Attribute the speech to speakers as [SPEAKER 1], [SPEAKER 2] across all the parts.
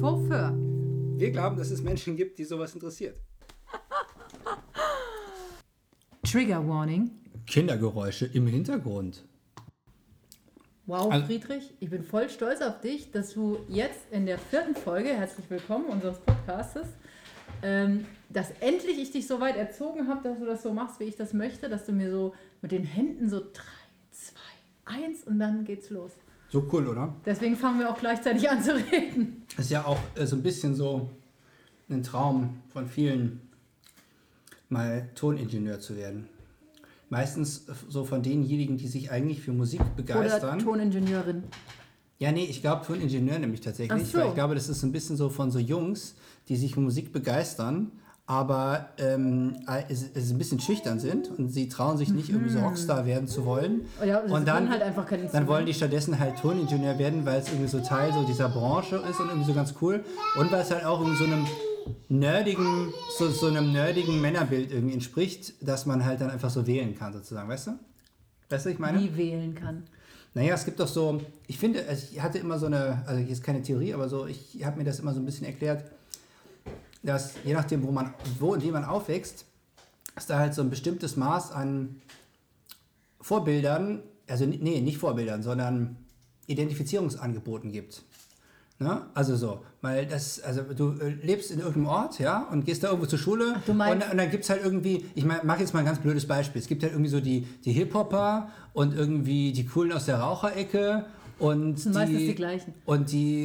[SPEAKER 1] Wofür?
[SPEAKER 2] Wir glauben, dass es Menschen gibt, die sowas interessiert.
[SPEAKER 1] Trigger Warning.
[SPEAKER 3] Kindergeräusche im Hintergrund.
[SPEAKER 1] Wow,
[SPEAKER 3] Also-
[SPEAKER 1] Friedrich, ich bin voll stolz auf dich, dass du jetzt in der vierten Folge, herzlich willkommen unseres Podcastes, ähm, dass endlich ich dich so weit erzogen habe, dass du das so machst, wie ich das möchte, dass du mir so mit den Händen so drei, zwei, eins und dann geht's los.
[SPEAKER 3] So cool, oder?
[SPEAKER 1] Deswegen fangen wir auch gleichzeitig an zu reden.
[SPEAKER 3] Ist ja auch äh, so ein bisschen so ein Traum von vielen, mal Toningenieur zu werden. Meistens äh, so von denjenigen, die sich eigentlich für Musik begeistern.
[SPEAKER 1] Oder Toningenieurin.
[SPEAKER 3] Ja, nee, ich glaube von Ingenieur nämlich tatsächlich,
[SPEAKER 1] Ach so.
[SPEAKER 3] weil ich glaube, das ist ein bisschen so von so Jungs, die sich für Musik begeistern, aber ähm, es, es ein bisschen schüchtern sind und sie trauen sich nicht, irgendwie so
[SPEAKER 1] Mhm.
[SPEAKER 3] Rockstar werden zu wollen.
[SPEAKER 1] Oder sie
[SPEAKER 3] und dann,
[SPEAKER 1] wollen halt einfach kein
[SPEAKER 3] dann
[SPEAKER 1] Instrument.
[SPEAKER 3] wollen die stattdessen halt Toningenieur werden, weil es irgendwie so Teil so dieser Branche ist und irgendwie so ganz cool und weil es halt auch irgendwie so einem nerdigen, so, so einem nerdigen Männerbild irgendwie entspricht, dass man halt dann einfach so wählen kann sozusagen, weißt du? Weißt du, was ich meine?
[SPEAKER 1] Die wählen kann.
[SPEAKER 3] Naja, es gibt doch so, ich finde, also ich hatte immer so eine, also hier ist keine Theorie, aber so, ich habe mir das immer so ein bisschen erklärt, dass je nachdem, wo man, wo und wie man aufwächst, ist da halt so ein bestimmtes Maß an Vorbildern, also n- nee, nicht Vorbildern, sondern Identifizierungsangeboten gibt. Ne? Also so, weil das, also du äh, lebst in irgendeinem Ort, ja, und gehst da irgendwo zur Schule
[SPEAKER 1] du meinst-
[SPEAKER 3] und, und dann gibt es halt irgendwie, ich mache jetzt mal ein ganz blödes Beispiel, es gibt halt irgendwie so die, die Hip-Hopper und irgendwie die Coolen aus der Raucherecke und
[SPEAKER 1] sind meistens die gleichen.
[SPEAKER 3] Und die,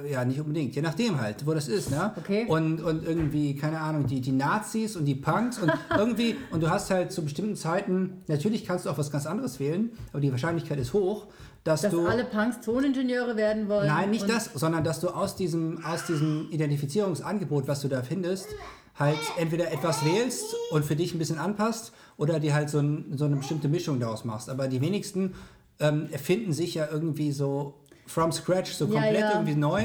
[SPEAKER 3] äh, äh, ja, nicht unbedingt, je nachdem halt, wo das ist, ne?
[SPEAKER 1] Okay.
[SPEAKER 3] Und, und irgendwie, keine Ahnung, die, die Nazis und die Punks und irgendwie, und du hast halt zu bestimmten Zeiten, natürlich kannst du auch was ganz anderes wählen, aber die Wahrscheinlichkeit ist hoch, dass,
[SPEAKER 1] Dass
[SPEAKER 3] du.
[SPEAKER 1] alle Punks Toningenieure werden wollen.
[SPEAKER 3] Nein, nicht
[SPEAKER 1] und
[SPEAKER 3] das, sondern dass du aus diesem, aus diesem Identifizierungsangebot, was du da findest, halt entweder etwas wählst und für dich ein bisschen anpasst oder dir halt so, ein, so eine bestimmte Mischung daraus machst. Aber die wenigsten ähm, erfinden sich ja irgendwie so from scratch, so
[SPEAKER 1] Ja,
[SPEAKER 3] komplett
[SPEAKER 1] ja.
[SPEAKER 3] irgendwie neu.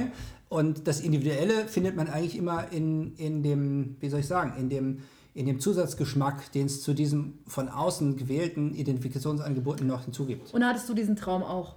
[SPEAKER 3] Und das Individuelle findet man eigentlich immer in, in dem, wie soll ich sagen, in dem, in dem Zusatzgeschmack, den es zu diesem von außen gewählten Identifikationsangeboten noch hinzugibt.
[SPEAKER 1] Und hattest du diesen Traum auch?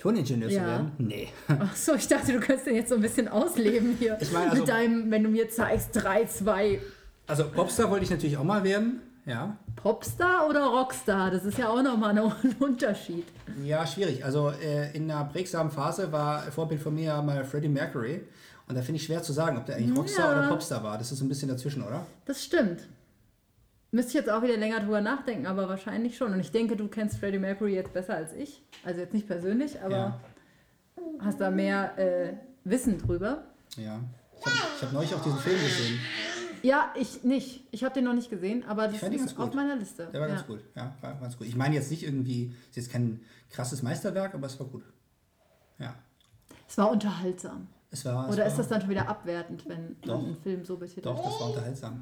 [SPEAKER 3] Toningenieur
[SPEAKER 1] Ja.
[SPEAKER 3] zu werden? Nee.
[SPEAKER 1] Ach so, ich dachte, du könntest den jetzt so ein bisschen ausleben hier.
[SPEAKER 3] Ich meine, also-
[SPEAKER 1] mit deinem, wenn du mir zeigst, 3, 2.
[SPEAKER 3] Also Popstar wollte ich natürlich auch mal werden. Ja.
[SPEAKER 1] Popstar oder Rockstar? Das ist ja auch nochmal ein Unterschied.
[SPEAKER 3] Ja, schwierig. Also äh, in einer prägsamen Phase war Vorbild von mir mal Freddie Mercury. Und da finde ich schwer zu sagen, ob der eigentlich Rockstar
[SPEAKER 1] Ja.
[SPEAKER 3] oder Popstar war. Das ist ein bisschen dazwischen, oder?
[SPEAKER 1] Das stimmt. Müsste ich jetzt auch wieder länger drüber nachdenken, aber wahrscheinlich schon. Und ich denke, du kennst Freddie Mercury jetzt besser als ich. Also jetzt nicht persönlich, aber
[SPEAKER 3] Ja.
[SPEAKER 1] hast da mehr äh, Wissen drüber.
[SPEAKER 3] Ja. Ich habe ich hab neulich auch diesen Film gesehen.
[SPEAKER 1] Ja, ich nicht. Ich habe den noch nicht gesehen, aber das
[SPEAKER 3] fand ihn
[SPEAKER 1] ist
[SPEAKER 3] ganz gut.
[SPEAKER 1] auf meiner Liste.
[SPEAKER 3] Der war
[SPEAKER 1] ja.
[SPEAKER 3] ganz gut. Ja, war ganz gut. Ich meine jetzt nicht irgendwie, ist jetzt kein krasses Meisterwerk, aber es war gut. Ja.
[SPEAKER 1] Es war unterhaltsam.
[SPEAKER 3] Es war. es
[SPEAKER 1] Oder
[SPEAKER 3] war,
[SPEAKER 1] ist das dann schon wieder abwertend, wenn
[SPEAKER 3] Doch.
[SPEAKER 1] man einen Film so betitelt?
[SPEAKER 3] Doch, das war unterhaltsam.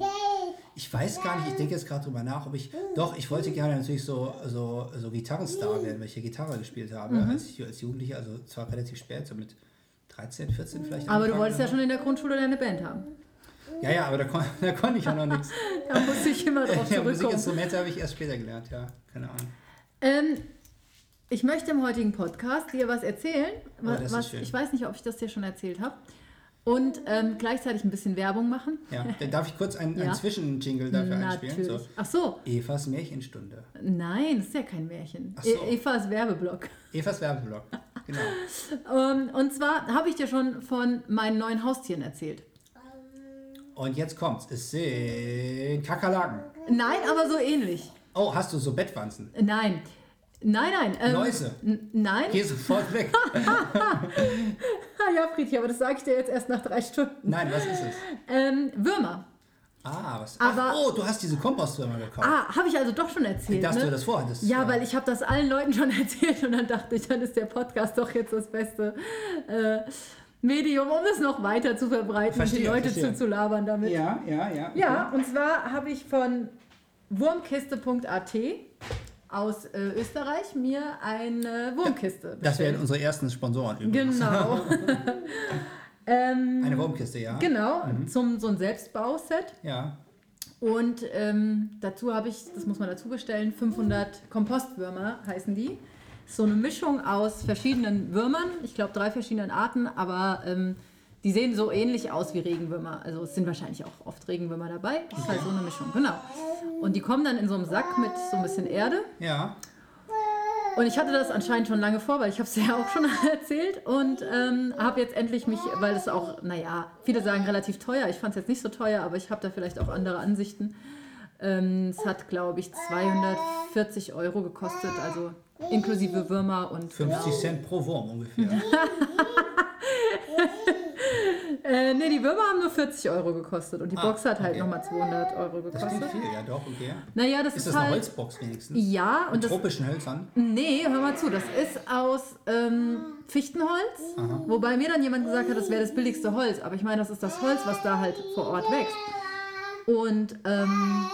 [SPEAKER 3] Ich weiß gar nicht, ich denke jetzt gerade drüber nach, ob ich. Doch, ich wollte gerne natürlich so, so, so Gitarrenstar werden, weil ich ja Gitarre gespielt habe,
[SPEAKER 1] Mhm.
[SPEAKER 3] als, ich, als Jugendlicher, also zwar relativ spät, so mit 13, 14 vielleicht.
[SPEAKER 1] Aber du
[SPEAKER 3] angefangen,
[SPEAKER 1] wolltest ja
[SPEAKER 3] ne?
[SPEAKER 1] schon in der Grundschule deine Band haben.
[SPEAKER 3] Ja, ja, aber da, kon da konnte ich ja noch nichts.
[SPEAKER 1] Da musste ich immer drauf
[SPEAKER 3] Ja,
[SPEAKER 1] zurückkommen.
[SPEAKER 3] Musikinstrumente habe ich erst später gelernt, ja. Keine Ahnung.
[SPEAKER 1] Ähm, ich möchte im heutigen Podcast dir was erzählen.
[SPEAKER 3] Oh,
[SPEAKER 1] Was,
[SPEAKER 3] das ist
[SPEAKER 1] was,
[SPEAKER 3] schön.
[SPEAKER 1] ich weiß nicht, ob ich das dir schon erzählt habe. Und ähm, gleichzeitig ein bisschen Werbung machen.
[SPEAKER 3] Ja, dann darf ich kurz einen,
[SPEAKER 1] Ja.
[SPEAKER 3] einen Zwischenjingle dafür einspielen.
[SPEAKER 1] Natürlich.
[SPEAKER 3] So.
[SPEAKER 1] Ach so,
[SPEAKER 3] Evas Märchenstunde.
[SPEAKER 1] nein, das ist ja kein Märchen.
[SPEAKER 3] Ach so.
[SPEAKER 1] E Evas Werbeblock.
[SPEAKER 3] Evas Werbeblock. Genau.
[SPEAKER 1] Ähm, und zwar habe ich dir schon von meinen neuen Haustieren erzählt.
[SPEAKER 3] Und jetzt kommt's. Es sind Kakerlaken.
[SPEAKER 1] Nein, aber so ähnlich.
[SPEAKER 3] Oh, hast du so Bettwanzen?
[SPEAKER 1] Nein. Nein, nein. Ähm,
[SPEAKER 3] Läuse.
[SPEAKER 1] n- Nein.
[SPEAKER 3] Geh sofort weg.
[SPEAKER 1] Ah, ja, Friedrich, aber das sage ich dir jetzt erst nach drei Stunden.
[SPEAKER 3] Nein, was ist es?
[SPEAKER 1] Ähm, Würmer.
[SPEAKER 3] Ah, was?
[SPEAKER 1] Aber-
[SPEAKER 3] Ach, oh, du hast diese Kompostwürmer gekauft.
[SPEAKER 1] Ah, habe ich also doch schon erzählt.
[SPEAKER 3] dass
[SPEAKER 1] ne?
[SPEAKER 3] du das vorhattest.
[SPEAKER 1] ja, weil ich habe das allen Leuten schon erzählt und dann dachte ich, dann ist der Podcast doch jetzt das beste äh, Medium, um es noch weiter zu verbreiten
[SPEAKER 3] Verstehe,
[SPEAKER 1] und die Leute
[SPEAKER 3] verstehe.
[SPEAKER 1] zu, zu labern damit.
[SPEAKER 3] Ja, ja, ja. okay.
[SPEAKER 1] Ja, und zwar habe ich von wurmkiste.at aus äh, Österreich mir eine Wurmkiste
[SPEAKER 3] Das wären
[SPEAKER 1] bestellt.
[SPEAKER 3] unsere ersten Sponsoren übrigens.
[SPEAKER 1] Genau. ähm,
[SPEAKER 3] Eine Wurmkiste, ja.
[SPEAKER 1] genau,
[SPEAKER 3] Mhm.
[SPEAKER 1] zum, so ein Selbstbauset.
[SPEAKER 3] Ja.
[SPEAKER 1] Und ähm, dazu habe ich, das muss man dazu bestellen, 500 Kompostwürmer heißen die. So eine Mischung aus verschiedenen Würmern, ich glaube drei verschiedenen Arten, aber ähm, Die sehen so ähnlich aus wie Regenwürmer. Also es sind wahrscheinlich auch oft Regenwürmer dabei. Das ist halt so eine Mischung, genau. Und die kommen dann in so einem Sack mit so ein bisschen Erde.
[SPEAKER 4] Ja.
[SPEAKER 1] Und ich hatte das anscheinend schon lange vor, weil ich habe es ja auch schon erzählt und ähm, habe jetzt endlich mich, weil es auch, naja, viele sagen relativ teuer. Ich fand es jetzt nicht so teuer, aber ich habe da vielleicht auch andere Ansichten. Ähm, es hat, glaube ich, 240 Euro gekostet, also inklusive Würmer und
[SPEAKER 3] 50 Cent pro Wurm ungefähr.
[SPEAKER 1] Äh, nee, die Würmer haben nur 40 Euro gekostet und die
[SPEAKER 3] Ah,
[SPEAKER 1] Box hat halt
[SPEAKER 3] okay.
[SPEAKER 1] nochmal 200 Euro
[SPEAKER 3] Das klingt
[SPEAKER 1] gekostet.
[SPEAKER 3] viel, ja doch, okay.
[SPEAKER 1] Naja, das
[SPEAKER 3] Ist
[SPEAKER 1] ist,
[SPEAKER 3] das eine
[SPEAKER 1] halt.
[SPEAKER 3] Holzbox wenigstens?
[SPEAKER 1] ja, und
[SPEAKER 3] Mit
[SPEAKER 1] das. Mhm.
[SPEAKER 3] tropischen Hölzern?
[SPEAKER 1] Nee, hör mal zu, das ist aus ähm, Fichtenholz. Wobei mir dann jemand gesagt hat, das wäre das billigste Holz. Aber ich meine, das ist das Holz, was da halt vor Ort wächst. Und ähm,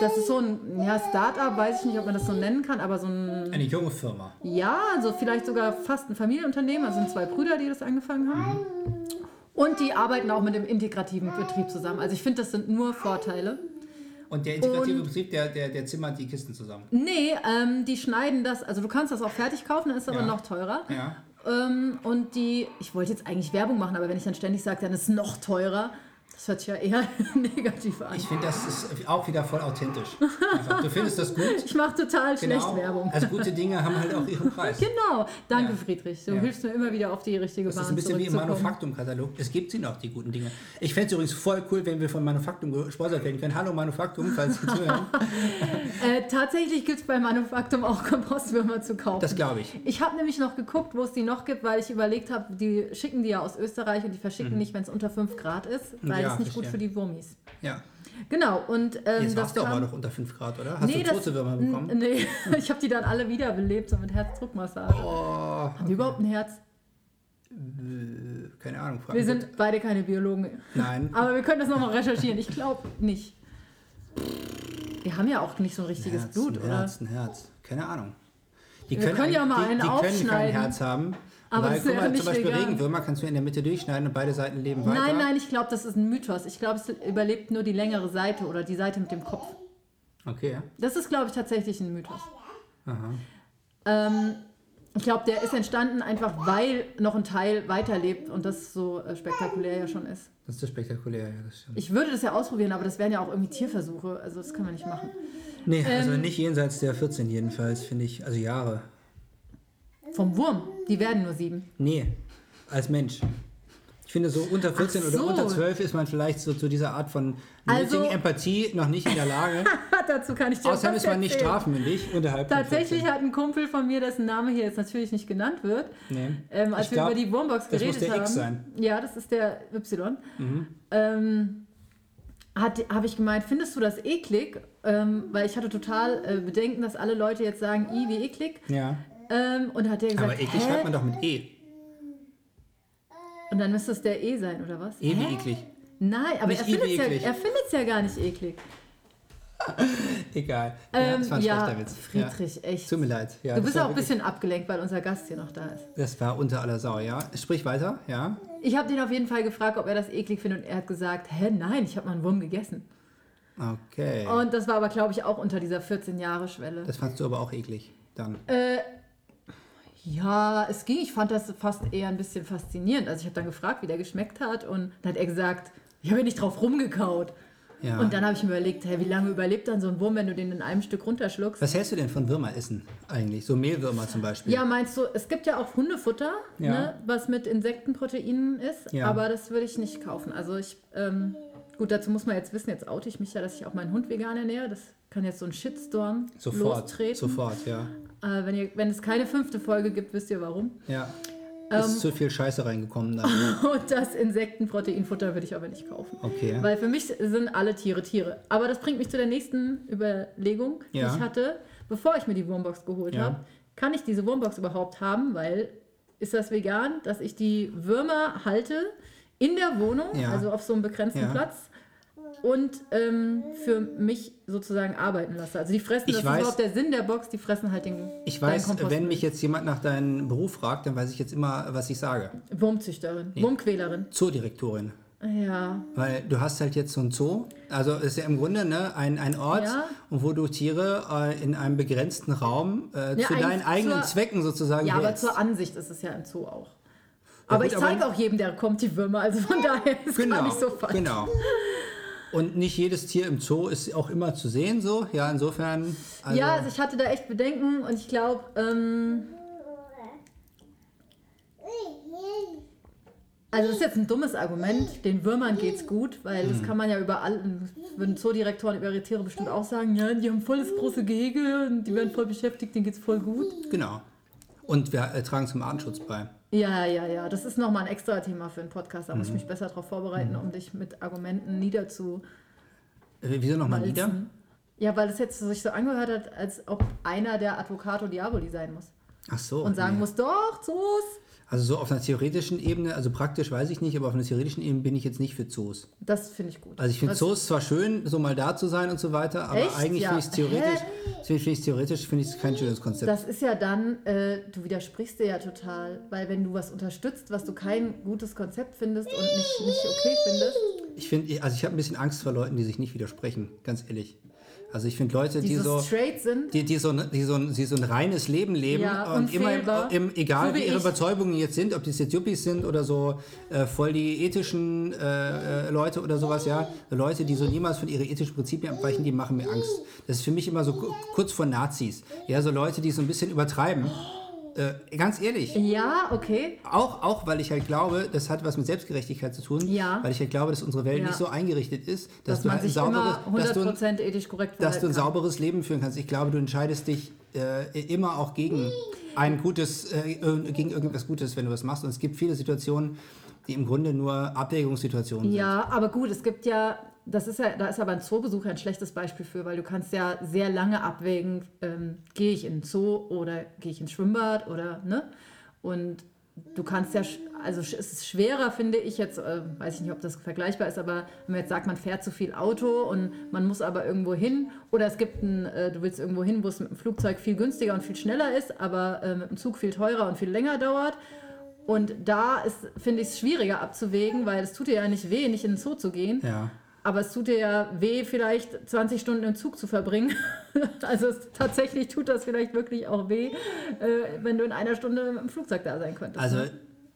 [SPEAKER 1] das ist so ein ja, Start-up, weiß ich nicht, ob man das so nennen kann, aber so ein
[SPEAKER 3] Eine junge Firma.
[SPEAKER 1] ja, also vielleicht sogar fast ein Familienunternehmen. Also sind zwei Brüder, die das angefangen haben. Und die arbeiten auch mit dem integrativen Betrieb zusammen. Also ich finde, das sind nur Vorteile.
[SPEAKER 3] Und der integrative
[SPEAKER 1] Und-
[SPEAKER 3] Betrieb, der, der, der zimmert die Kisten zusammen.
[SPEAKER 1] Nee, ähm, die schneiden das, also du kannst das auch fertig kaufen, dann ist es aber
[SPEAKER 3] Ja.
[SPEAKER 1] noch teurer.
[SPEAKER 3] Ja.
[SPEAKER 1] Ähm, und die, ich wollte jetzt eigentlich Werbung machen, aber wenn ich dann ständig sage, dann ist es noch teurer, das hört sich ja eher negativ an.
[SPEAKER 3] Ich
[SPEAKER 1] Ich,
[SPEAKER 3] finde, das ist auch wieder voll authentisch. Also, du findest das gut.
[SPEAKER 1] mache total schlecht
[SPEAKER 3] Genau.
[SPEAKER 1] Werbung.
[SPEAKER 3] Also gute Dinge haben halt auch ihren Preis.
[SPEAKER 1] Genau, danke
[SPEAKER 3] Ja.
[SPEAKER 1] Friedrich. Du
[SPEAKER 3] Ja.
[SPEAKER 1] hilfst mir immer wieder auf die richtige
[SPEAKER 3] Das
[SPEAKER 1] Bahn
[SPEAKER 3] ist ein bisschen wie im
[SPEAKER 1] zurückzukommen.
[SPEAKER 3] Manufaktum-Katalog. Es gibt sie noch, die guten Dinge. Ich fände es übrigens voll cool, wenn wir von Manufaktum gesponsert werden können. Hallo Manufaktum, falls Sie zuhören.
[SPEAKER 1] Äh, tatsächlich gibt es bei Manufaktum auch Kompostwürmer zu kaufen.
[SPEAKER 3] Das glaube ich.
[SPEAKER 1] ich habe nämlich noch geguckt, wo es die noch gibt, weil ich überlegt habe, die schicken die ja aus Österreich und die verschicken nicht, wenn es unter 5 Grad ist, weil
[SPEAKER 3] Mhm. Ja,
[SPEAKER 1] das ist nicht gut für
[SPEAKER 3] verstehe.
[SPEAKER 1] die Wurmis.
[SPEAKER 3] Ja.
[SPEAKER 1] Genau, und ähm, das
[SPEAKER 3] Jetzt warst du aber
[SPEAKER 1] kam-
[SPEAKER 3] noch unter 5 Grad, oder? Hast du tote Würmer
[SPEAKER 1] n-
[SPEAKER 3] bekommen?
[SPEAKER 1] Nee, ich habe die dann alle wiederbelebt, so mit Herzdruckmassage.
[SPEAKER 3] Oh,
[SPEAKER 1] Haben die überhaupt ein Herz?
[SPEAKER 3] Äh, Keine Ahnung. Frag
[SPEAKER 1] Wir
[SPEAKER 3] mich
[SPEAKER 1] sind beide keine Biologen.
[SPEAKER 3] gut. Nein.
[SPEAKER 1] Aber wir können das nochmal recherchieren. Ich glaube nicht. Wir haben ja auch nicht so ein
[SPEAKER 3] Ein
[SPEAKER 1] richtiges
[SPEAKER 3] Herz,
[SPEAKER 1] Blut,
[SPEAKER 3] ein
[SPEAKER 1] oder?
[SPEAKER 3] Herz, ein Herz. Keine Ahnung. Die
[SPEAKER 1] Wir können ja
[SPEAKER 3] ein-
[SPEAKER 1] mal
[SPEAKER 3] die,
[SPEAKER 1] einen
[SPEAKER 3] die können kein
[SPEAKER 1] aufschneiden.
[SPEAKER 3] Herz haben.
[SPEAKER 1] Aber
[SPEAKER 3] weil,
[SPEAKER 1] das
[SPEAKER 3] guck
[SPEAKER 1] wäre
[SPEAKER 3] mal,
[SPEAKER 1] nicht
[SPEAKER 3] zum Beispiel
[SPEAKER 1] vegan.
[SPEAKER 3] Regenwürmer kannst du in der Mitte durchschneiden und beide Seiten leben weiter.
[SPEAKER 1] Nein, nein, ich glaube, das ist ein Mythos. Ich glaube, es überlebt nur die längere Seite oder die Seite mit dem Kopf.
[SPEAKER 3] Okay.
[SPEAKER 1] Das ist, glaube ich, tatsächlich ein Mythos.
[SPEAKER 3] Aha.
[SPEAKER 1] Ähm, ich glaube, der ist entstanden einfach, weil noch ein Teil weiterlebt und das so äh, spektakulär ja schon ist.
[SPEAKER 3] Das ist ja spektakulär, ja, das stimmt.
[SPEAKER 1] Ich würde das ja ausprobieren, aber das wären ja auch irgendwie Tierversuche. Also das kann man nicht machen.
[SPEAKER 3] Nee,
[SPEAKER 1] Ähm,
[SPEAKER 3] also nicht jenseits der 14 jedenfalls, finde ich. Also Jahre.
[SPEAKER 1] Vom Wurm. Die werden nur sieben.
[SPEAKER 3] Nee, als Mensch. Ich finde, so unter 14
[SPEAKER 1] Ach
[SPEAKER 3] oder
[SPEAKER 1] so.
[SPEAKER 3] unter 12 ist man vielleicht so zu dieser Art von
[SPEAKER 1] Also-
[SPEAKER 3] nötigen Empathie noch nicht in der Lage.
[SPEAKER 1] Dazu kann ich dir
[SPEAKER 3] Außerdem
[SPEAKER 1] was
[SPEAKER 3] ist man nicht
[SPEAKER 1] erzählen.
[SPEAKER 3] strafmündig unterhalb von
[SPEAKER 1] Tatsächlich
[SPEAKER 3] 14.
[SPEAKER 1] hat ein Kumpel von mir, dessen Name hier jetzt natürlich nicht genannt wird,
[SPEAKER 3] Nee.
[SPEAKER 1] ähm, als
[SPEAKER 3] Ich
[SPEAKER 1] wir
[SPEAKER 3] glaub,
[SPEAKER 1] über die Wurmbox
[SPEAKER 3] das
[SPEAKER 1] geredet
[SPEAKER 3] muss der
[SPEAKER 1] haben.
[SPEAKER 3] X sein. Mhm.
[SPEAKER 1] Ja, das ist der Y. Ähm, hat- habe ich gemeint, findest du das eklig? Ähm, weil ich hatte total äh, Bedenken, dass alle Leute jetzt sagen, i wie eklig.
[SPEAKER 3] Ja.
[SPEAKER 1] Ähm, und hat der gesagt,
[SPEAKER 3] Aber eklig schreibt
[SPEAKER 1] Hä?
[SPEAKER 3] man doch mit E.
[SPEAKER 1] und dann müsste es der E sein, oder was?
[SPEAKER 3] E
[SPEAKER 1] Hä?
[SPEAKER 3] wie eklig.
[SPEAKER 1] Nein, aber
[SPEAKER 3] Nicht
[SPEAKER 1] er
[SPEAKER 3] i wie
[SPEAKER 1] findet es ja,
[SPEAKER 3] eklig.
[SPEAKER 1] er findet's ja gar nicht eklig.
[SPEAKER 3] Egal. ja,
[SPEAKER 1] Ähm,
[SPEAKER 3] das war ein
[SPEAKER 1] ja,
[SPEAKER 3] schlechter Witz.
[SPEAKER 1] Friedrich,
[SPEAKER 3] Ja.
[SPEAKER 1] echt.
[SPEAKER 3] Tut mir leid. Ja,
[SPEAKER 1] du
[SPEAKER 3] das
[SPEAKER 1] bist
[SPEAKER 3] war
[SPEAKER 1] auch ein
[SPEAKER 3] wirklich-
[SPEAKER 1] bisschen abgelenkt, weil unser Gast hier noch da ist.
[SPEAKER 3] Das war unter aller Sau, ja. Sprich weiter, ja.
[SPEAKER 1] Ich habe den auf jeden Fall gefragt, ob er das eklig findet und er hat gesagt, hä, nein, ich habe mal einen Wurm gegessen.
[SPEAKER 3] Okay.
[SPEAKER 1] Und das war aber, glaube ich, auch unter dieser 14-Jahre-Schwelle.
[SPEAKER 3] das fandst du aber auch eklig dann.
[SPEAKER 1] Äh, ja, es ging. Ich fand das fast eher ein bisschen faszinierend. Also ich habe dann gefragt, wie der geschmeckt hat und dann hat er gesagt, ich habe ja nicht drauf rumgekaut.
[SPEAKER 3] Ja.
[SPEAKER 1] Und dann habe ich mir überlegt, hä, wie lange überlebt dann so ein Wurm, wenn du den in einem Stück runterschluckst?
[SPEAKER 3] Was hältst du denn von Würmeressen eigentlich? So Mehlwürmer zum Beispiel.
[SPEAKER 1] Ja, meinst du, es gibt ja auch Hundefutter,
[SPEAKER 3] Ja.
[SPEAKER 1] ne, was mit Insektenproteinen ist,
[SPEAKER 3] Ja.
[SPEAKER 1] aber das würde ich nicht kaufen. Also ich, ähm, gut, dazu muss man jetzt wissen, jetzt oute ich mich ja, dass ich auch meinen Hund vegan ernähre. Das kann jetzt so ein Shitstorm
[SPEAKER 3] Sofort.
[SPEAKER 1] lostreten.
[SPEAKER 3] Sofort, ja.
[SPEAKER 1] Äh, wenn, ihr, wenn es keine fünfte Folge gibt, wisst ihr warum.
[SPEAKER 3] Ja.
[SPEAKER 1] Ähm,
[SPEAKER 3] ist zu viel Scheiße reingekommen dann.
[SPEAKER 1] Und das Insektenproteinfutter würde ich aber nicht kaufen.
[SPEAKER 3] Okay.
[SPEAKER 1] Weil für mich sind alle Tiere Tiere. Aber das bringt mich zu der nächsten Überlegung, die
[SPEAKER 3] Ja.
[SPEAKER 1] ich hatte, bevor ich mir die Wurmbox geholt
[SPEAKER 3] Ja.
[SPEAKER 1] habe. Kann ich diese Wurmbox überhaupt haben? Weil ist das vegan, dass ich die Würmer halte in der Wohnung,
[SPEAKER 3] Ja.
[SPEAKER 1] also auf so einem begrenzten
[SPEAKER 3] Ja.
[SPEAKER 1] Platz? Und ähm, für mich sozusagen arbeiten lasse. Also die fressen,
[SPEAKER 3] Ich
[SPEAKER 1] das
[SPEAKER 3] weiß-
[SPEAKER 1] ist überhaupt der Sinn der Box, die fressen halt den
[SPEAKER 3] Ich
[SPEAKER 1] deinen
[SPEAKER 3] weiß,
[SPEAKER 1] Kompost.
[SPEAKER 3] wenn mich jetzt jemand nach deinem Beruf fragt, dann weiß ich jetzt immer, was ich sage.
[SPEAKER 1] Wurmzüchterin, Wurmquälerin.
[SPEAKER 3] Zoodirektorin.
[SPEAKER 1] Ja,
[SPEAKER 3] Weil du hast halt jetzt so ein Zoo, also ist ja im Grunde ne, ein, ein Ort,
[SPEAKER 1] Ja.
[SPEAKER 3] und wo du Tiere äh, in einem begrenzten Raum äh,
[SPEAKER 1] Ja,
[SPEAKER 3] zu
[SPEAKER 1] eigentlich
[SPEAKER 3] deinen eigenen
[SPEAKER 1] zur-
[SPEAKER 3] Zwecken sozusagen
[SPEAKER 1] ja aber
[SPEAKER 3] hältst.
[SPEAKER 1] zur Ansicht ist es ja im Zoo auch. Aber
[SPEAKER 5] gut,
[SPEAKER 1] ich
[SPEAKER 5] aber-
[SPEAKER 1] zeige auch jedem, der kommt, die Würmer. Also von daher ist
[SPEAKER 5] Genau,
[SPEAKER 1] gar nicht so falsch.
[SPEAKER 5] genau.
[SPEAKER 3] Und nicht jedes Tier im Zoo ist auch immer zu sehen, so. Ja, insofern. Also,
[SPEAKER 1] ja, also ich hatte da echt Bedenken und ich glaube, ähm, also das ist jetzt ein dummes Argument. Den Würmern geht's gut, weil
[SPEAKER 5] Mhm.
[SPEAKER 1] das kann man ja überall, würden Zoodirektoren über ihre Tiere bestimmt auch sagen, ja, die haben voll das große Gehege und die werden voll beschäftigt, denen geht's voll gut.
[SPEAKER 3] genau. Und wir äh, tragen zum Artenschutz bei.
[SPEAKER 1] Ja, ja, ja. Das ist nochmal ein extra Thema für einen Podcast. Da muss
[SPEAKER 5] Mhm.
[SPEAKER 1] ich mich besser darauf vorbereiten, um dich mit Argumenten niederzu.
[SPEAKER 3] Äh, Wieso nochmal
[SPEAKER 1] Walzen.
[SPEAKER 3] nieder?
[SPEAKER 1] Ja, weil es jetzt sich so angehört hat, als ob einer der Advocato Diaboli sein muss.
[SPEAKER 3] Ach so.
[SPEAKER 1] Und sagen
[SPEAKER 3] nee.
[SPEAKER 1] muss, doch, Zoos.
[SPEAKER 3] Also so auf einer theoretischen Ebene, also praktisch weiß ich nicht, aber auf einer theoretischen Ebene bin ich jetzt nicht für Zoos.
[SPEAKER 1] Das finde ich gut.
[SPEAKER 3] Also ich finde
[SPEAKER 1] Das-
[SPEAKER 3] Zoos zwar schön, so mal da zu sein und so weiter, aber
[SPEAKER 1] Echt?
[SPEAKER 3] eigentlich
[SPEAKER 1] Ja.
[SPEAKER 3] finde ich es theoretisch, find, find ich's theoretisch finde ich es kein schönes Konzept.
[SPEAKER 1] Das ist ja dann, äh, du widersprichst dir ja total, weil wenn du was unterstützt, was du kein gutes Konzept findest und nicht, nicht okay findest,
[SPEAKER 3] ich finde, also ich habe ein bisschen Angst vor Leuten, die sich nicht widersprechen, ganz ehrlich. Also ich finde Leute,
[SPEAKER 1] die,
[SPEAKER 3] die
[SPEAKER 1] so
[SPEAKER 3] so,
[SPEAKER 1] straight sind,
[SPEAKER 3] die, die, so, ein- die, so, ein- die so ein reines Leben leben
[SPEAKER 1] Ja,
[SPEAKER 3] und immer im,
[SPEAKER 1] unfehlbar.
[SPEAKER 3] im, egal
[SPEAKER 1] So wie
[SPEAKER 3] wie ihre
[SPEAKER 1] ich.
[SPEAKER 3] Überzeugungen jetzt sind, ob die jetzt Yuppies sind oder so äh, voll die ethischen äh, äh, Leute oder sowas, ja, Leute, die so niemals von ihren ethischen Prinzipien abweichen, die machen mir Angst. Das ist für mich immer so ku- kurz vor Nazis, ja, so Leute, die so ein bisschen übertreiben. Äh, ganz ehrlich,
[SPEAKER 1] ja, okay,
[SPEAKER 3] auch, auch weil ich halt glaube, das hat was mit Selbstgerechtigkeit zu tun,
[SPEAKER 1] Ja.
[SPEAKER 3] weil ich halt glaube, dass unsere Welt
[SPEAKER 1] Ja.
[SPEAKER 3] nicht so eingerichtet ist, dass,
[SPEAKER 1] dass
[SPEAKER 3] du
[SPEAKER 1] man
[SPEAKER 3] halt ein
[SPEAKER 1] sich
[SPEAKER 3] sauberes,
[SPEAKER 1] immer
[SPEAKER 3] dass du,
[SPEAKER 1] 100% ethisch korrekt
[SPEAKER 3] dass du ein
[SPEAKER 1] verhalten kann.
[SPEAKER 3] sauberes Leben führen kannst. Ich glaube, du entscheidest dich äh, immer auch gegen ein gutes, äh, ir- gegen irgendwas Gutes, wenn du was machst. Und es gibt viele Situationen, die im Grunde nur Abwägungssituationen sind.
[SPEAKER 1] Ja, aber gut, es gibt ja, das ist ja, da ist aber ein Zoobesuch ein schlechtes Beispiel für, weil du kannst ja sehr lange abwägen, ähm, gehe ich in den Zoo oder gehe ich ins Schwimmbad oder ne? Und du kannst ja, sch- also sch- es ist schwerer, finde ich jetzt, äh, weiß ich nicht, ob das vergleichbar ist, aber wenn man jetzt sagt, man fährt zu viel Auto und man muss aber irgendwo hin oder es gibt ein, äh, du willst irgendwo hin, wo es mit dem Flugzeug viel günstiger und viel schneller ist, aber äh, mit dem Zug viel teurer und viel länger dauert. Und da ist, finde ich es schwieriger abzuwägen, weil es tut dir ja nicht weh, nicht in den Zoo zu gehen.
[SPEAKER 3] Ja.
[SPEAKER 1] Aber es tut dir ja weh, vielleicht 20 Stunden im Zug zu verbringen. also es, tatsächlich tut das vielleicht wirklich auch weh, äh, wenn du in einer Stunde im Flugzeug da sein könntest.
[SPEAKER 3] Also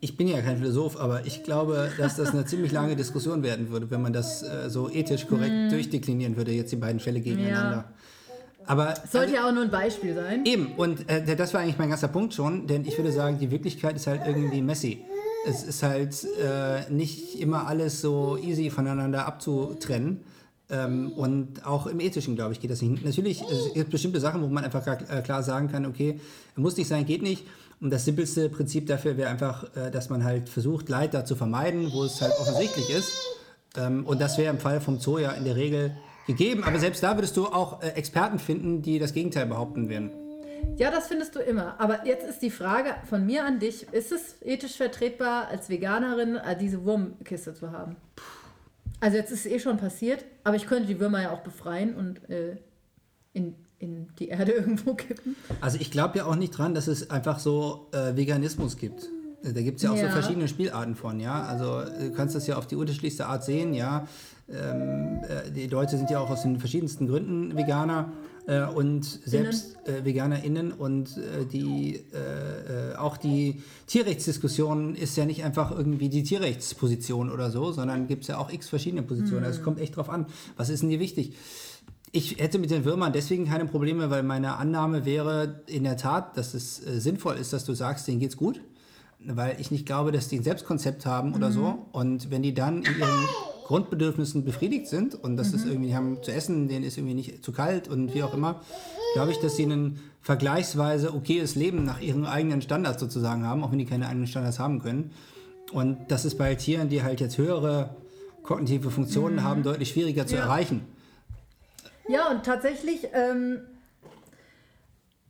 [SPEAKER 3] ich bin ja kein Philosoph, aber ich glaube, dass das eine ziemlich lange Diskussion werden würde, wenn man das äh, so ethisch korrekt durchdeklinieren würde, jetzt die beiden Fälle gegeneinander. Aber
[SPEAKER 1] Es sollte ja auch nur ein Beispiel sein.
[SPEAKER 3] Eben, und äh, das war eigentlich mein ganzer Punkt schon, denn ich würde sagen, die Wirklichkeit ist halt irgendwie messy. Es ist halt äh, nicht immer alles so easy voneinander abzutrennen. Ähm, und auch im Ethischen, glaube ich, geht das nicht. Natürlich es gibt bestimmte Sachen, wo man einfach klar, äh, klar sagen kann, okay, muss nicht sein, geht nicht. Und das simpelste Prinzip dafür wäre einfach, äh, dass man halt versucht, Leid da zu vermeiden, wo es halt offensichtlich ist. Ähm, und das wäre im Fall vom Zoo ja in der Regel gegeben. Aber selbst da würdest du auch äh, Experten finden, die das Gegenteil behaupten werden.
[SPEAKER 1] Ja, das findest du immer. Aber jetzt ist die Frage von mir an dich, ist es ethisch vertretbar, als Veganerin äh, diese Wurmkiste zu haben? Also jetzt ist es eh schon passiert, aber ich könnte die Würmer ja auch befreien und äh, in, in die Erde irgendwo kippen.
[SPEAKER 3] Also ich glaube ja auch nicht dran, dass es einfach so äh, Veganismus gibt. Äh, Da gibt es ja auch
[SPEAKER 1] Ja.
[SPEAKER 3] so verschiedene Spielarten von, ja. Also äh, du kannst das ja auf die unterschiedlichste Art sehen, ja. Ähm, äh, die Leute sind ja auch aus den verschiedensten Gründen Veganer äh, und selbst äh, VeganerInnen und äh, die äh, äh, auch die Tierrechtsdiskussion ist ja nicht einfach irgendwie die Tierrechtsposition oder so, sondern gibt es ja auch x verschiedene Positionen. Also Es kommt echt drauf an, was ist denn dir wichtig? Ich hätte mit den Würmern deswegen keine Probleme, weil meine Annahme wäre in der Tat, dass es äh, sinnvoll ist, dass du sagst, denen geht's gut, weil ich nicht glaube, dass die ein Selbstkonzept haben oder so. Und wenn die dann in ihren Grundbedürfnissen befriedigt sind und das ist irgendwie, die haben zu essen, denen ist irgendwie nicht zu kalt und wie auch immer, glaube ich, dass sie ein vergleichsweise okayes Leben nach ihren eigenen Standards sozusagen haben, auch wenn die keine eigenen Standards haben können. Und das ist bei Tieren, die halt jetzt höhere kognitive Funktionen haben, deutlich schwieriger zu erreichen.
[SPEAKER 1] Ja, und tatsächlich, ähm,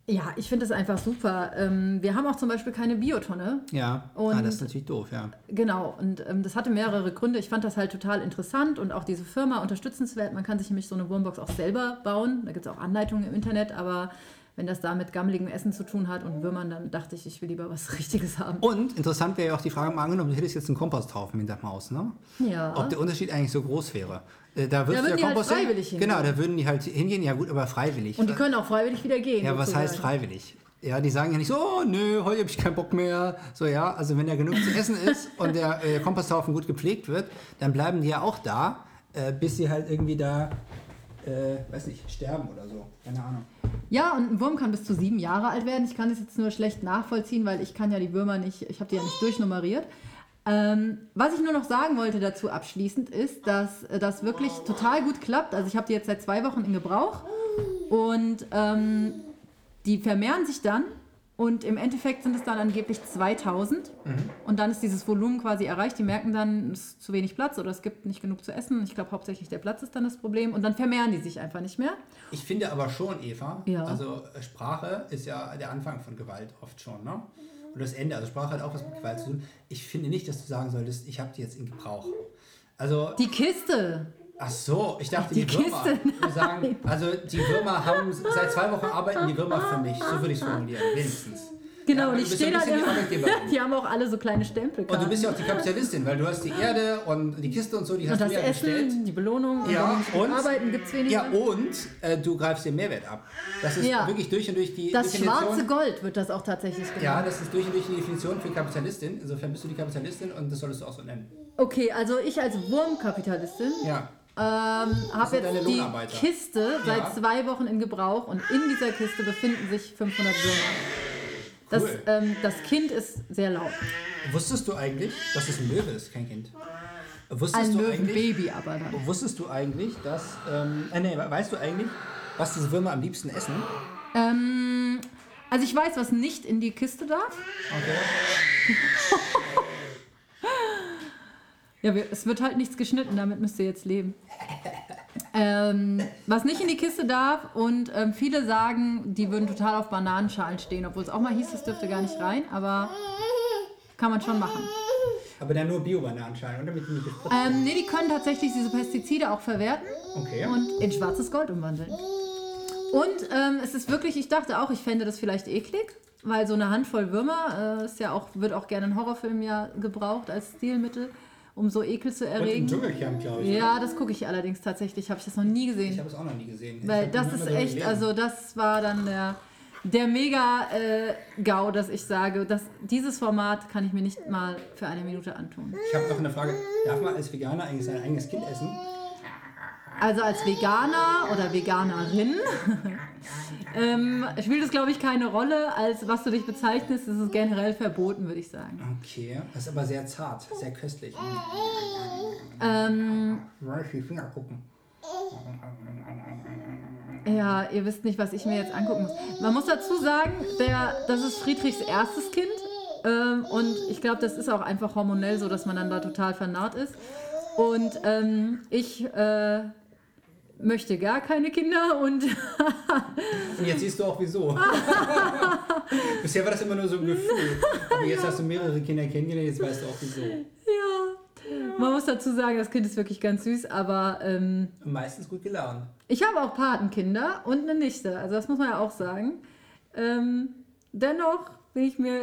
[SPEAKER 1] ja, ich finde es einfach super. Ähm, wir haben auch zum Beispiel keine Biotonne.
[SPEAKER 3] Ja, ah,
[SPEAKER 1] Und-
[SPEAKER 3] das ist natürlich doof, ja.
[SPEAKER 1] Genau, und ähm, das hatte mehrere Gründe. Ich fand das halt total interessant und auch diese Firma unterstützenswert. Man kann sich nämlich so eine Wurmbox auch selber bauen. Da gibt es auch Anleitungen im Internet, aber wenn das da mit gammeligem Essen zu tun hat und Würmern, dann dachte ich, ich will lieber was Richtiges haben.
[SPEAKER 3] Und interessant wäre ja auch die Frage mal angenommen, du hättest jetzt einen Komposthaufen hinterm Haus, ne?
[SPEAKER 1] Ja.
[SPEAKER 3] Ob der Unterschied eigentlich so groß wäre. Äh, Da, würdest
[SPEAKER 1] würden
[SPEAKER 3] du
[SPEAKER 1] die
[SPEAKER 3] ja
[SPEAKER 1] halt
[SPEAKER 3] Kompost
[SPEAKER 1] freiwillig
[SPEAKER 3] Genau, da würden die halt hingehen, ja gut, aber freiwillig.
[SPEAKER 1] Und die können auch freiwillig wieder gehen.
[SPEAKER 3] ja, was
[SPEAKER 1] sozusagen.
[SPEAKER 3] heißt freiwillig? Ja, die sagen ja nicht so, oh, nö, heute habe ich keinen Bock mehr. So, ja, also wenn da genug zu essen ist und der äh, Komposthaufen gut gepflegt wird, dann bleiben die ja auch da, äh, bis sie halt irgendwie da, äh, weiß nicht, sterben oder so. Keine Ahnung.
[SPEAKER 1] Ja, und ein Wurm kann bis zu sieben Jahre alt werden. Ich kann das jetzt nur schlecht nachvollziehen, weil ich kann ja die Würmer nicht, ich habe die ja nicht durchnummeriert. Ähm, was ich nur noch sagen wollte dazu abschließend ist, dass äh, das wirklich total gut klappt. Also ich habe die jetzt seit zwei Wochen in Gebrauch und ähm, die vermehren sich dann und im Endeffekt sind es dann angeblich 2000 und dann ist dieses Volumen quasi erreicht. Die merken dann, es ist zu wenig Platz oder es gibt nicht genug zu essen. Ich glaube hauptsächlich der Platz ist dann das Problem und dann vermehren die sich einfach nicht mehr.
[SPEAKER 5] Ich finde aber schon, Eva,
[SPEAKER 1] Ja.
[SPEAKER 5] also äh, Sprache ist ja der Anfang von Gewalt oft schon, ne? Und das Ende, also Sprache hat auch was mit Gewalt zu tun. Ich finde nicht, dass du sagen solltest, ich habe die jetzt in Gebrauch. Also,
[SPEAKER 1] Die Kiste.
[SPEAKER 5] ach so, ich dachte,
[SPEAKER 1] Die
[SPEAKER 5] die, Würmer.
[SPEAKER 1] Kiste,
[SPEAKER 5] Wir sagen, also die Würmer haben, seit zwei Wochen arbeiten die Würmer für mich. So würde ich es formulieren, wenigstens.
[SPEAKER 1] Genau,
[SPEAKER 5] Ja, aber
[SPEAKER 1] und
[SPEAKER 5] du
[SPEAKER 1] ich
[SPEAKER 5] bist so
[SPEAKER 1] stehe
[SPEAKER 5] ein
[SPEAKER 1] da
[SPEAKER 5] bisschen
[SPEAKER 1] immer.
[SPEAKER 5] die Arbeitgeberin.
[SPEAKER 1] Die haben auch alle so kleine Stempelkarten.
[SPEAKER 5] Und du bist ja auch die Kapitalistin, weil du hast die Erde und die Kiste und so, die hast
[SPEAKER 1] und das
[SPEAKER 5] du ja
[SPEAKER 1] Essen,
[SPEAKER 5] gestellt.
[SPEAKER 1] die Belohnung,
[SPEAKER 5] Ja,
[SPEAKER 1] und, dann
[SPEAKER 5] und-
[SPEAKER 1] Arbeiten gibt es weniger.
[SPEAKER 5] Ja, und äh, du greifst den Mehrwert ab. Das ist
[SPEAKER 1] Ja.
[SPEAKER 5] wirklich durch und durch die
[SPEAKER 1] das
[SPEAKER 5] Definition.
[SPEAKER 1] schwarze Gold wird das auch tatsächlich genannt.
[SPEAKER 5] Ja, das ist durch und durch die Definition für Kapitalistin. Insofern bist du die Kapitalistin und das solltest du auch so nennen.
[SPEAKER 1] Okay, also ich als Wurmkapitalistin
[SPEAKER 5] Ja.
[SPEAKER 1] ähm, habe
[SPEAKER 5] sind deine
[SPEAKER 1] jetzt die
[SPEAKER 5] Lohnarbeiter.
[SPEAKER 1] Kiste
[SPEAKER 5] Ja.
[SPEAKER 1] seit zwei Wochen in Gebrauch und in dieser Kiste befinden sich 500 Würmer. Das,
[SPEAKER 5] Cool.
[SPEAKER 1] ähm, das Kind ist sehr laut.
[SPEAKER 5] Wusstest du eigentlich, dass es ein Löwe ist, kein Kind? Wusstest
[SPEAKER 1] Ein
[SPEAKER 5] du eigentlich,
[SPEAKER 1] Löwenbaby aber dann.
[SPEAKER 5] Wusstest du eigentlich, dass. Ähm, äh, nee, weißt du eigentlich, was diese Würmer am liebsten essen?
[SPEAKER 1] Ähm, also ich weiß, was nicht in die Kiste darf.
[SPEAKER 5] Okay.
[SPEAKER 1] Ja, wir, es wird halt nichts geschnitten, damit müsst ihr jetzt leben. ähm, was nicht in die Kiste darf und ähm, viele sagen, die würden total auf Bananenschalen stehen, obwohl es auch mal hieß, das dürfte gar nicht rein, aber kann man schon machen.
[SPEAKER 5] Aber dann nur Bio-Banane anscheinend, oder? Mit, mit
[SPEAKER 1] Ähm, nee, die können tatsächlich diese Pestizide auch verwerten
[SPEAKER 5] okay.
[SPEAKER 1] Ah, und in schwarzes Gold umwandeln. Und ähm, es ist wirklich, ich dachte auch, ich fände das vielleicht eklig, weil so eine Handvoll Würmer äh, ist ja auch, wird auch gerne in Horrorfilmen ja gebraucht als Stilmittel, um so Ekel zu
[SPEAKER 5] und im
[SPEAKER 1] erregen.
[SPEAKER 5] Dschungelcamp, glaube ich.
[SPEAKER 1] Ja, das gucke ich allerdings tatsächlich. Habe ich das noch nie
[SPEAKER 5] Genau. Ich
[SPEAKER 1] gesehen.
[SPEAKER 5] habe es auch noch nie gesehen.
[SPEAKER 1] Weil
[SPEAKER 5] Ich hab
[SPEAKER 1] das
[SPEAKER 5] nur
[SPEAKER 1] ist
[SPEAKER 5] darüber
[SPEAKER 1] echt,
[SPEAKER 5] gelesen.
[SPEAKER 1] also das war dann der, der Mega-GAU, dass ich sage, dass dieses Format kann ich mir nicht mal für eine Minute antun.
[SPEAKER 5] Ich habe noch eine Frage. Darf man als Veganer eigentlich sein eigenes Kind essen?
[SPEAKER 1] Also als Veganer oder Veganerin ähm, spielt es, glaube ich, keine Rolle. Als was du dich bezeichnest, ist es generell verboten, würde ich sagen.
[SPEAKER 5] Okay. Das ist aber sehr zart, sehr köstlich.
[SPEAKER 1] Ähm,
[SPEAKER 5] Mal auf die Finger gucken.
[SPEAKER 1] Ja, ihr wisst nicht, was ich mir jetzt angucken muss. Man muss dazu sagen, der, das ist Friedrichs erstes Kind. Ähm, und ich glaube, das ist auch einfach hormonell so, dass man dann da total vernarrt ist. Und ähm, ich äh, möchte gar keine Kinder und
[SPEAKER 5] Und jetzt siehst du auch wieso. Bisher war das immer nur so ein Gefühl. Aber jetzt hast du mehrere Kinder kennengelernt, jetzt weißt du auch wieso.
[SPEAKER 1] man muss dazu sagen, das Kind ist wirklich ganz süß, aber ähm,
[SPEAKER 5] Und meistens gut gelaunt.
[SPEAKER 1] ich habe auch Patenkinder und eine Nichte. Also das muss man ja auch sagen. Ähm, dennoch bin ich mir,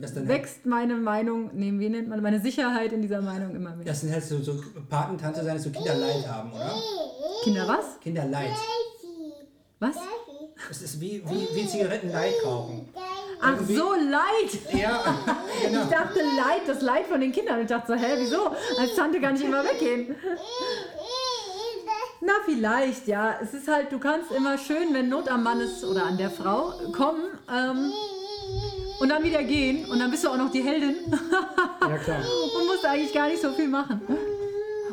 [SPEAKER 5] Das dann-
[SPEAKER 1] wächst meine Meinung, nee, wie nennt man, meine Sicherheit in dieser Meinung immer mehr.
[SPEAKER 5] Das sind halt so, so Patentante sein, dass so Kinderleid haben, oder?
[SPEAKER 1] Kinder was?
[SPEAKER 5] Kinderleid.
[SPEAKER 1] Was?
[SPEAKER 5] Es ist wie, wie, wie Zigarettenleid rauchen.
[SPEAKER 1] Ach so, Leid!
[SPEAKER 5] Ja,
[SPEAKER 3] Genau.
[SPEAKER 5] genau.
[SPEAKER 1] Ich dachte Leid, das Leid von den Kindern. Ich dachte so, hä, wieso? Als Tante kann ich immer weggehen. Na, vielleicht, ja. Es ist halt, du kannst immer schön, wenn Not am Mann ist oder an der Frau, kommen ähm, und dann wieder gehen. Und dann bist du auch noch die Heldin
[SPEAKER 5] ja klar.
[SPEAKER 1] und musst eigentlich gar nicht so viel machen.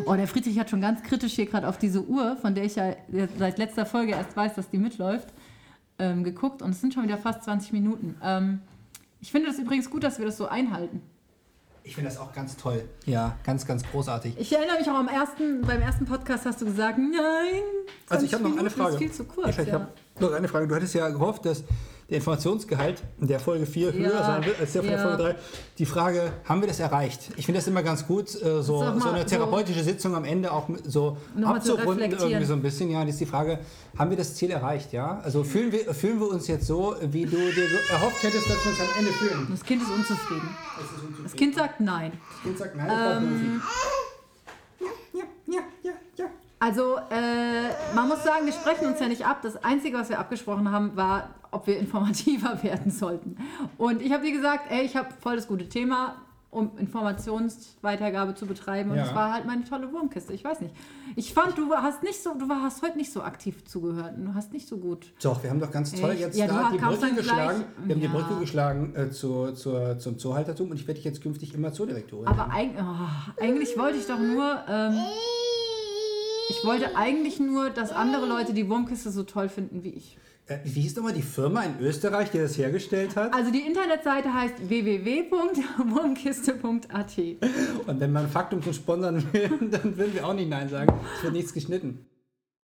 [SPEAKER 1] Oh, der Friedrich hat schon ganz kritisch hier gerade auf diese Uhr, von der ich ja seit letzter Folge erst weiß, dass die mitläuft, ähm, geguckt. Und es sind schon wieder fast 20 Minuten. Ähm, ich finde das übrigens gut, dass wir das so einhalten.
[SPEAKER 5] Ich finde das auch ganz toll.
[SPEAKER 3] Ja, ganz, ganz großartig.
[SPEAKER 1] Ich erinnere mich auch am ersten, beim ersten Podcast hast du gesagt, nein.
[SPEAKER 3] Also ich
[SPEAKER 1] 20
[SPEAKER 3] habe noch eine
[SPEAKER 1] Minuten
[SPEAKER 3] Frage.
[SPEAKER 1] Ist viel zu kurz.
[SPEAKER 3] Eva, ich
[SPEAKER 1] ja.
[SPEAKER 3] habe noch eine Frage. Du hattest ja gehofft, dass der Informationsgehalt der Folge 4
[SPEAKER 1] Ja.
[SPEAKER 3] höher sein wird als der von
[SPEAKER 1] Ja.
[SPEAKER 3] der Folge 3. Die Frage, haben wir das erreicht? Ich finde das immer ganz gut, äh, so,
[SPEAKER 1] Sag mal,
[SPEAKER 3] so eine therapeutische Sitzung am Ende auch mit- so
[SPEAKER 1] Nochmal zu
[SPEAKER 3] abzurunden
[SPEAKER 1] reflektieren.
[SPEAKER 3] irgendwie so ein bisschen. Ja, das ist die Frage, haben wir das Ziel erreicht? Ja, also fühlen wir, fühlen wir uns jetzt so, wie du dir ge- erhofft hättest, dass wir uns am Ende fühlen?
[SPEAKER 1] Das Kind ist unzufrieden.
[SPEAKER 5] Das ist unzufrieden.
[SPEAKER 1] Das Kind sagt nein.
[SPEAKER 5] Kind sagt nein, ich brauche
[SPEAKER 1] Ähm,
[SPEAKER 5] Profi.
[SPEAKER 3] Ja, ja, ja, ja.
[SPEAKER 1] Also äh, man muss sagen, wir sprechen uns ja nicht ab. Das Einzige, was wir abgesprochen haben, war ob wir informativer werden sollten. Und ich habe dir gesagt, ey, ich habe voll das gute Thema, um Informationsweitergabe zu betreiben. Und
[SPEAKER 5] Ja.
[SPEAKER 1] es war halt meine tolle Wurmkiste. Ich weiß nicht. Ich fand, du hast nicht so, du war- hast heute nicht so aktiv zugehört. und Du hast nicht so gut.
[SPEAKER 3] Doch, wir haben doch ganz toll
[SPEAKER 1] Echt?
[SPEAKER 3] jetzt
[SPEAKER 1] Ja, du
[SPEAKER 3] da die
[SPEAKER 1] kamst
[SPEAKER 3] Brücke
[SPEAKER 1] dann
[SPEAKER 3] geschlagen.
[SPEAKER 1] gleich-
[SPEAKER 3] Wir haben die
[SPEAKER 1] Ja.
[SPEAKER 3] Brücke geschlagen äh, zur, zur, zum Zoohaltertum und ich werde dich jetzt künftig immer Zoodirektorin.
[SPEAKER 1] Aber eig oh, eigentlich wollte ich doch nur. Ähm, ich wollte eigentlich nur, dass andere Leute die Wurmkiste so toll finden wie ich.
[SPEAKER 3] äh, wie hieß nochmal die Firma in Österreich, die das hergestellt hat?
[SPEAKER 1] Also die Internetseite heißt www.wurmkiste.at. Also
[SPEAKER 3] Und wenn man Faktum zum Sponsern will, dann würden wir auch nicht Nein sagen. Es wird nichts geschnitten.